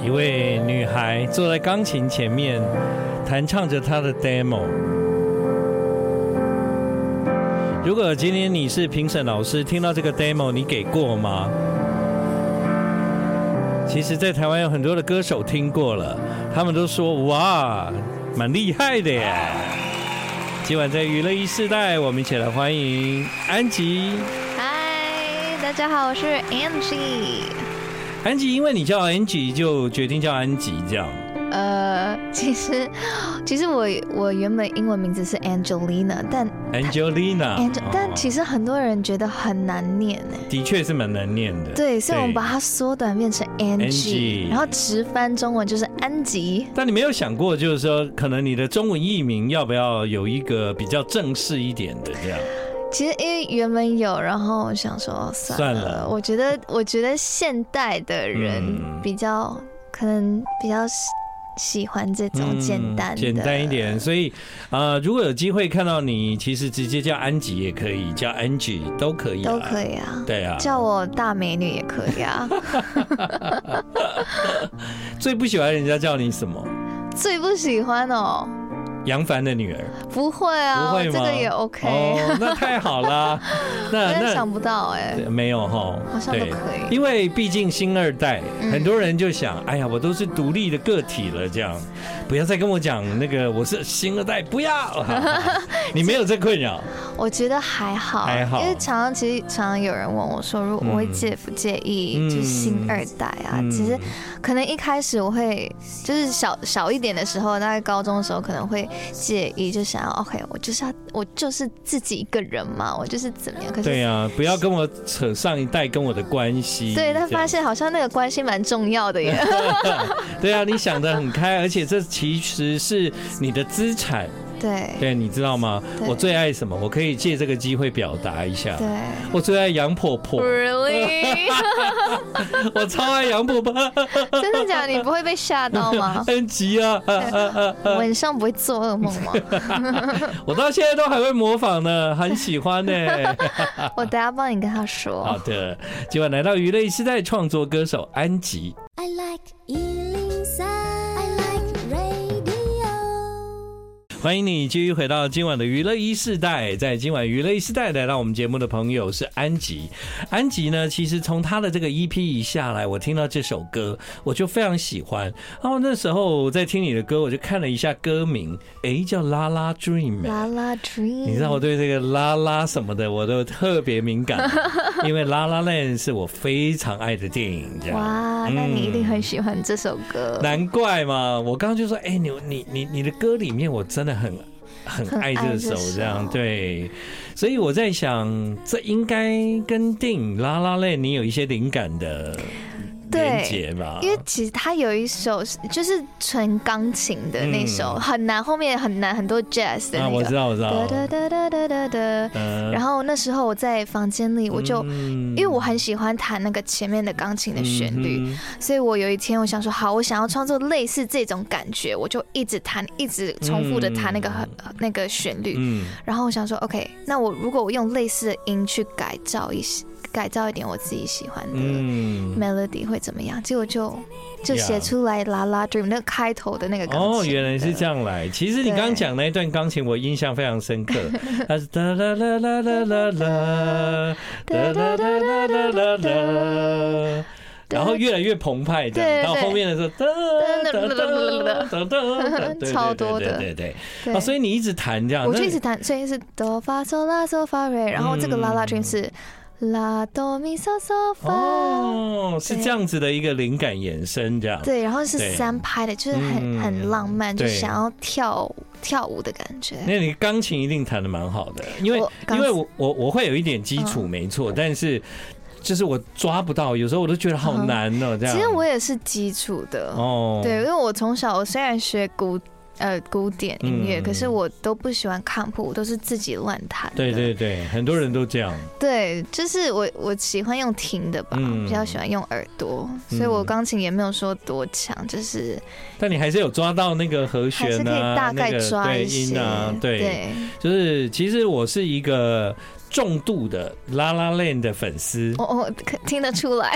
一位女孩坐在钢琴前面，弹唱着她的 demo。如果今天你是评审老师，听到这个 demo，你给过吗？其实，在台湾有很多的歌手听过了，他们都说哇，蛮厉害的耶。今晚在娱乐一世代，我们一起来欢迎安吉。嗨，大家好，我是 Angie。安吉，因为你叫 Angie，就决定叫安吉这样。呃，其实 其实我我原本英文名字是 Angelina，但 Angelina， Angel、但实其实很多人觉得很难念哎。的确是蛮难念的。对，所以我们把它缩短变成 Angie Angie，然后直翻中文就是安吉。但你没有想过，就是说，可能你的中文译名要不要有一个比较正式一点的这样？其实因为原本有，然后我想说算了，算了我觉得我觉得现代的人嗯比较、可能比较喜喜欢这种简单的、嗯简单一点。所以，呃，如果有机会看到你，其实直接叫安吉也可以，叫 Angie 都可以，都可以。以啊。对啊，叫我大美女也可 以啊。最不喜欢人家叫你什么？最不喜欢哦，杨凡的女儿不会啊，不会吗这个也 OK。哦，那太好啦。 那真的那想不到哎、对没有哈，好像都对可以因为毕竟星二代，嗯很多人就想，哎呀，我都是独立的个体了，这样，不要再跟我讲那个我是星二代，不要， 哈哈哈你没有这困扰，我觉得还好，还好因为常常其实常常有人问我说，如果嗯我会介不介意、嗯就是新二代啊？嗯其实可能一开始我会就是小小一点的时候，大概高中的时候可能会介意，就想要 OK，我就是要我就是自己一个人嘛，我就是怎么样？可是对啊呀、不要跟我扯上一代跟我的关系，对，但这样发现好像那个关系蛮重要 的耶。对啊，你想的很开，而且这其实是你的资产，对对，你知道吗？对我最爱什么？我可以借这个机会表达一下，对我最爱杨婆婆， ，Really。我超爱杨婆婆，真的假的？你不会被吓到 吗？很急啊。啊啊啊啊晚上不会做噩梦 吗？我到现在都还会模仿呢，很喜欢呢。我等下帮你跟他好说。的，今晚来到娱乐时代创作歌手安吉。 I like Ealing Sound. I like radio. 欢迎你继续回到今晚的娱乐一世代，在今晚娱乐一世代来到我们节目的朋友是安吉。安吉呢，其实从他的这个 EP 一下来，我听到这首歌，我就非常喜欢。然后那时候在听你的歌，我就看了一下歌名，诶，叫《La La Dream》诶。啦啦 dream，你知道我对这个拉拉什么的，我都特别敏 感，因为《拉拉 land》是我非常爱的电影，这样。哇，哦那你一定很喜欢这首歌，难怪嘛！我刚刚就说，哎、你你你你的歌里面，我真的很很很爱爱这这首首这样对，所以我在想，这应该跟电影《拉拉类》你有一些灵感的连对。接吧？啊因为其实他有一首是就是纯钢琴的那首，很难，后面很难，很多 jazz 的嗯啊，我那知个。道，我知道哒。哒哒哒哒哒哒。嗯然后那时候我在房间里，我就因因为我很喜欢弹那个前面的钢琴的旋律，嗯所以我有一天我想说，好，我想要创作类似这种感觉，我就一直弹，一直重复的弹那个很、那个旋律。嗯，然后我想说，OK，那我如果我用类似的音去改造一些，改造一点我自己喜欢的嗯 melody 会怎么样？结果就就 Yeah 写出来《啦啦 Dream》那个开头的那个钢琴。哦，原来是这样来。其实你刚刚讲那一段钢琴，我印象非常深刻。它是哒啦啦啦啦啦啦，哒啦啦啦啦啦啦，然后越来越澎湃的，对对对到后面的时候哒哒哒哒哒哒哒，超多的对对对对对。啊，所以啊你一直弹这样，我就一直弹，所以是哆发嗦拉嗦发瑞，然后这个嗯 La La Dream 是拉哆咪嗦嗦那嗯发。哦，是这样子的一个灵感延伸这样。对，然后是对三拍的，就是很、嗯很浪漫，就对想要跳舞跳舞的感觉。那你钢琴一定弹的蛮好的，因为我钢因为我我我会有一点基嗯础没错，但是就是我抓不到，有时候我都觉得好难哦、这样。嗯其实我也是基础的，哦，对，因为我从小我虽然学古呃古典音乐，嗯可是我都不喜欢看谱，我都是自己乱弹的。对对对，很多人都这样。对，就是我我喜欢用听的吧，嗯比较喜欢用耳朵，嗯所以我钢琴也没有说多强，就是但你还是有抓到那个和还是弦可以啊，大那概个抓对一些。音啊，对，对就是其实我是一个重度的拉拉链的粉丝。我我可听得出来，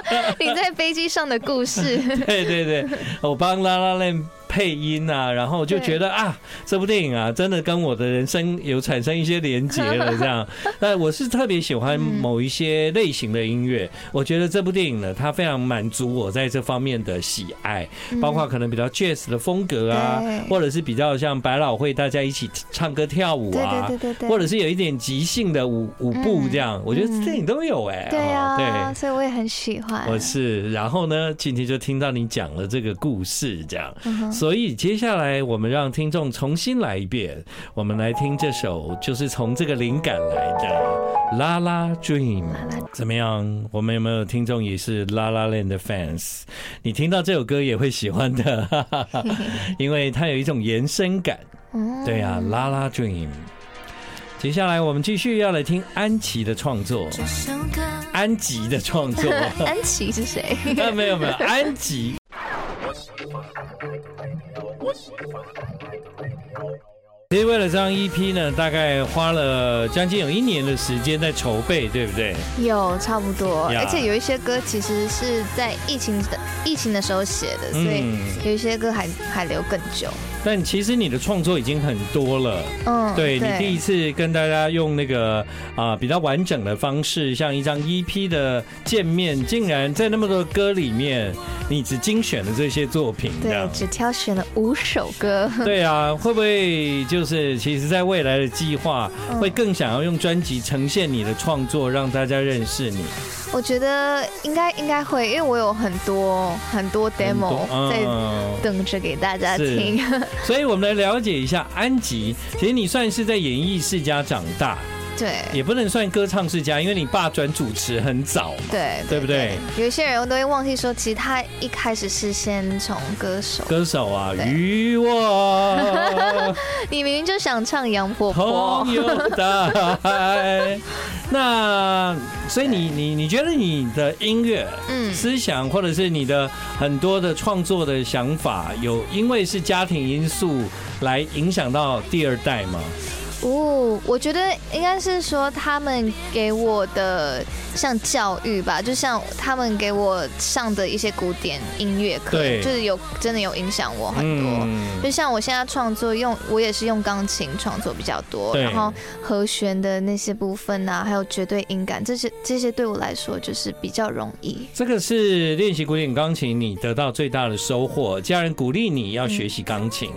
你在飞机上的故事， 对对对，我帮拉拉链配音啊，然后就觉得啊，这部电影啊，真的跟我的人生有产生一些连结了。这 样，那我是特别喜欢某一些类型的音乐，我觉得这部电影呢，它非常满足我在这方面的喜爱，嗯包括可能比较 jazz 的风格啊，对或者是比较像百老汇大家一起唱歌跳舞对啊，对对对对，嗯或者是有一点即兴的舞舞步这样，我觉得这影都有哎、对哦啊，对。所以我也很喜欢。我哦是，然后呢，今天就听到你讲了这个故事，这样，嗯哼所以接下来我们让听众重新来一遍，我们来听这首，就是从这个灵感来的《La La Dream》。怎么样？我们有没有听众也是 La La Land 的 fans？你听到这首歌也会喜欢的，哈 哈哈因为它有一种延伸感。嗯对啊，《La La Dream》。接下来我们继续要来听安琪的创作，这首歌安吉的创作。安琪是谁？ 啊，没有没有，安吉。其实为了这张 EP 呢，大概花了将近有一年的时间在筹备，对不对？有差不多，呀而且有一些歌其实是在疫情的疫情的时候写嗯的，所以有一些歌还还留更久。但其实你的创作已经很多了，嗯，对你第一次跟大家用那个啊、比较完整的方式，像一张 EP 的见面，竟然在那么多歌里面，你只精选了这些作品，这对样，只挑选了五首歌。 对啊，会不会就是其实，在未来的计划，嗯会更想要用专辑呈现你的创作，让大家认识你？我觉得应该应该会，因为我有很多很多 demo 在嗯，等着给大家是听。 所以我们来了解一下安吉。其实你算是在演艺世家长大，对也不能算歌唱世家，因为你爸转主持很早嘛，对对不对？有一些人都会忘记说，其实他一开始是先从歌手，歌手啊，对与我你明明就想唱杨婆婆朋，友的 爱。那所以你你你觉得你的音乐？嗯，思想或者是你的很多的创作的想法，有因为是家庭因素来影响到第二代吗？哦，我觉得应该是说他们给我的像教育吧，就像他们给我上的一些古典音乐课，对嗯就是有真的有影响我很多。就像我现在创作用，我也是用钢琴创作比较多，对然后和弦的那些部分啊，还有绝对音感，这些这些对我来说就是比较容易。这个是练习古典钢琴，你得到最大的收获。家人鼓励你要学习钢琴，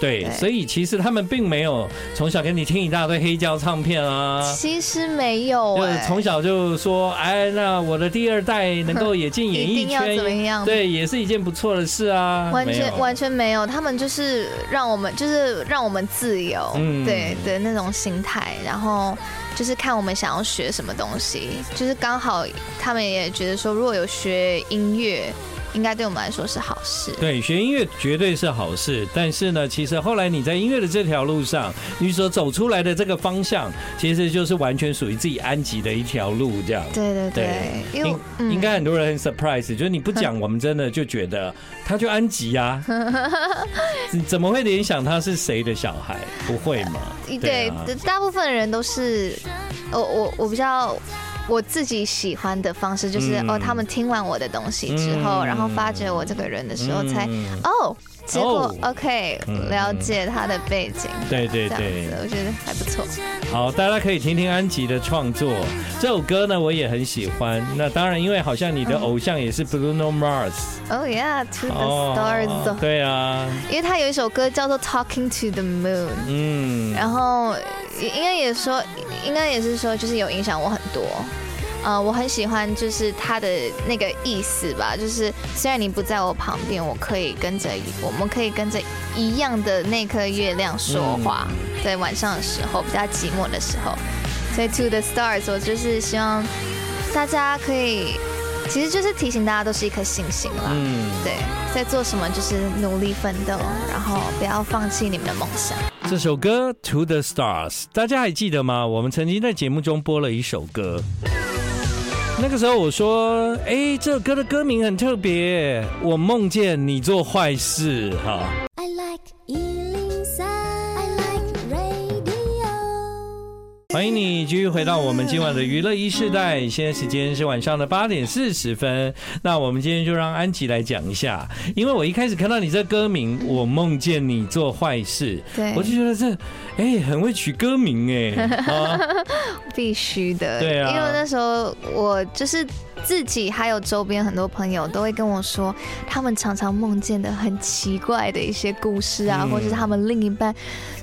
对，嗯对所以其实他们并没有从小给你听一大堆黑胶唱片啊。其实没有就哎、是从小就说，哎，那我的第二代能够也进演 一艺定要怎么圈，样？对，也是一件不错的事啊。完没有全完全没有，他们就是让我们就是让我们自由，嗯对的那种心态，然后就是看我们想要学什么东西，就是刚好他们也觉得说，如果有学音乐，应该对我们来说是好事。对，学音乐绝对是好事，但是呢，其实后来你在音乐的这条路上，你所走出来的这个方向，其实就是完全属于自己安吉的一条路，这样。对对对对，因为嗯应应该很多人很 surprise，就是你不讲，我们真的就觉得他就安吉 呀、啊，你怎么会联想他是谁的小孩？不会嘛？对啊，大部分人都是我我我比较。我自己喜欢的方式就是、嗯哦，他们听完我的东西之后，嗯然后发觉我这个人的时候，才嗯哦，结果、哦 OK，嗯了解他的背景。对对这样对子，我觉得还不错。好，大家可以听听安吉的创作，这首歌呢我也很喜欢。那当然，因为好像你嗯的偶像也是 Bruno Mars， Oh yeah，to the stars，、Oh 对啊，因为他有一首歌叫做《Talking to the Moon》，嗯，然后应该也说，应该也是说，就是有影响我很多。呃，我很喜欢就是他的那个意思吧，就是虽然你不在我旁边，我可以跟着，我们可以跟着一样的那颗月亮说嗯话，在晚上的时候，比较寂寞的时候，所以 To the Stars，我就是希望大家可以，其实就是提醒大家都是一颗星星啦，嗯，对，在做什么就是努力奋斗，然后不要放弃你们的梦想。这首歌《To the Stars》，大家还记得吗？我们曾经在节目中播了一首歌，那个时候我说：“哎，这首歌的歌名很特别，我梦见你做坏事。”哈， I like 103. I like radio. 欢欢迎你继续回到我们今晚的娱乐一世代，现在时间是晚上的八点四十分。那我们今天就让安吉来讲一下，因为我一开始看到你这歌名《我梦见你做坏事》，对我就觉得这哎、很会取歌名 哎、啊，必须的，对啊因为那时候我就是自己还有周边很多朋友都会跟我说，他们常常梦见的很奇怪的一些故事啊，嗯或者是他们另一半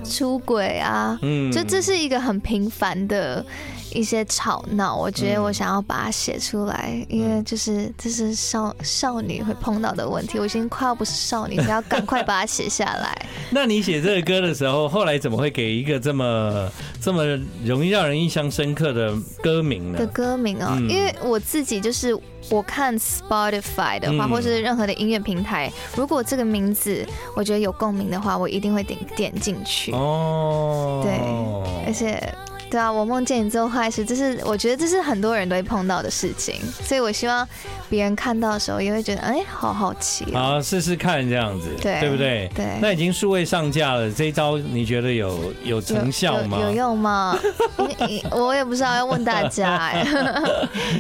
出轨啊，嗯就这是一个很频繁的一些吵闹，我觉得嗯我想要把它写出来，因为就是这是少少女会碰到的问题，我已经快要不是少女，所以要赶快把它写下来。那你写这个歌的时候，后来怎么会给一个这么这么容易让人印象深刻的歌名的呢？歌名哦，嗯因为我自己就是我看 Spotify 的话，嗯或是任何的音乐平台，如果这个名字我觉得有共鸣的话，我一定会点点进去。哦，而且，对啊，我梦见你做坏事，这是我觉得这是很多人都会碰到的事情，所以我希望别人看到的时候也会觉得，哎、好好奇、哦。好，试试看这样子，对不对？对那已经数位上架了，这一招你觉得有有有成效吗？有有用吗？因因我也不知道，要问大家、哎，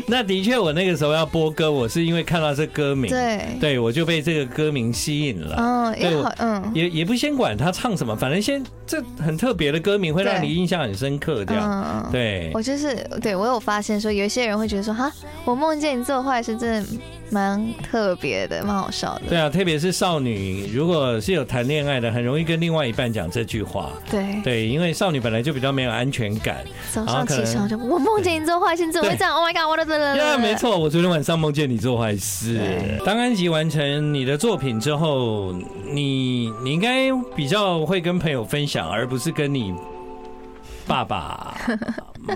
那的确，我那个时候要播歌，我是因为看到这歌名，对，对我就被这个歌名吸引了。嗯，对也我好，嗯，也也不先管他唱什么，反正先这很特别的歌名会让对你印象很深刻，这样嗯。对。我就是对我有发现说，有一些人会觉得说，哈，我梦见你做坏事，真的蛮特别的，蛮好笑的。对啊，特别是少女，如果是有谈恋爱的，很容易跟另外一半讲这句话。对，对，因为少女本来就比较没有安全感。早然后上可起能床就我梦见你做坏事，你怎么会这样？Oh my god！我的的的呀、的，没错，我昨天晚上梦见你做坏事。当安吉完成你的作品之后，你你应该比较会跟朋友分享，而不是跟你爸爸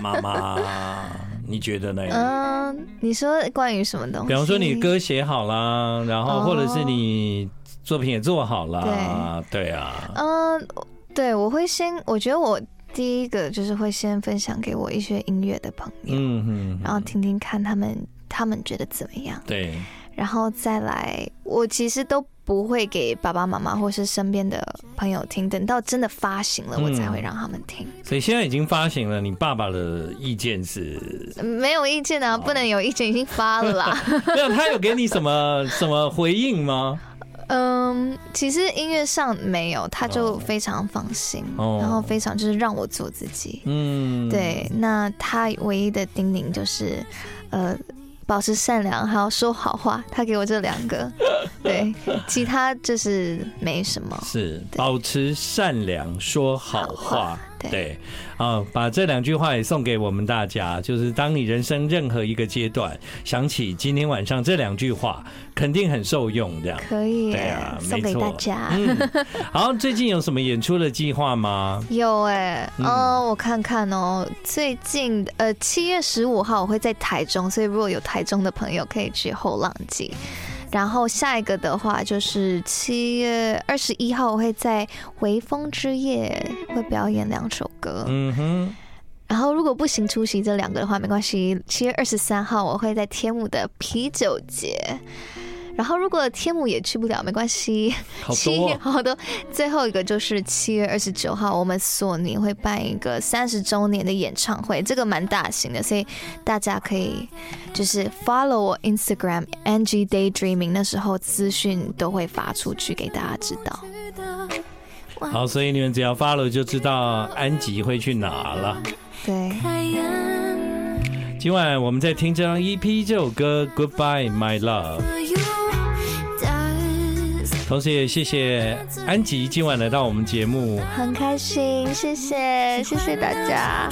妈妈。 你觉得呢？嗯，你说关于什么东西？比方说你歌写好啦，然后哦或者是你作品也做好啦，对啊，嗯，对，我会先，我觉得我第一个就是会先分享给我一些音乐的朋友，嗯然哼，后听听看他们他们觉得怎么样。对，然后再来，我其实都不会给爸爸妈妈或是身边的朋友听，等到真的发行了，嗯我才会让他们听。所以现在已经发行了，你爸爸的意见 是？没有意见啊，不能有意见，已经发 了啦。没有，他有给你什 么什么回应吗？嗯，其实音乐上没有，他就非常放心，哦然后非常就是让我做自己。嗯，对，那他唯一的叮咛就是，呃。保持善良，还要说好话，他给我这两个，对，其他就是没什么。是对保持善良，说好话好话。对对，啊、把这两句话也送给我们大家，就是当你人生任何一个阶段，想起今天晚上这两句话，肯定很受用。这样，可以耶，对啊送给没大错家。嗯，好，最近有什么演出的计划吗？有哎、嗯嗯、我看看哦，最近呃七月十五号我会在台中，所以如果有台中的朋友可以去后浪季。然后下一个的话就是七月二十一号，我会在微风之夜会表演两首歌。嗯哼，然后如果不行出席这两个的话，没关系。七月二十三号我会在天母的啤酒节。然后如果天母也去不了，没关系，好七多月 哦、好多，最后一个就是七月二十九号，我们索尼会办一个三十周年的演唱会，这个蛮大型的，所以大家可以就是 follow 我 Instagram Angie Daydreaming，那时候资讯都会发出去给大家知道。好，所以你们只要 follow 就知道安吉会去哪了。对，今晚我们在听这张 EP 这首歌《Goodbye My Love》。同时也谢谢安吉今晚来到我们节目。很开心，谢谢，谢谢大家。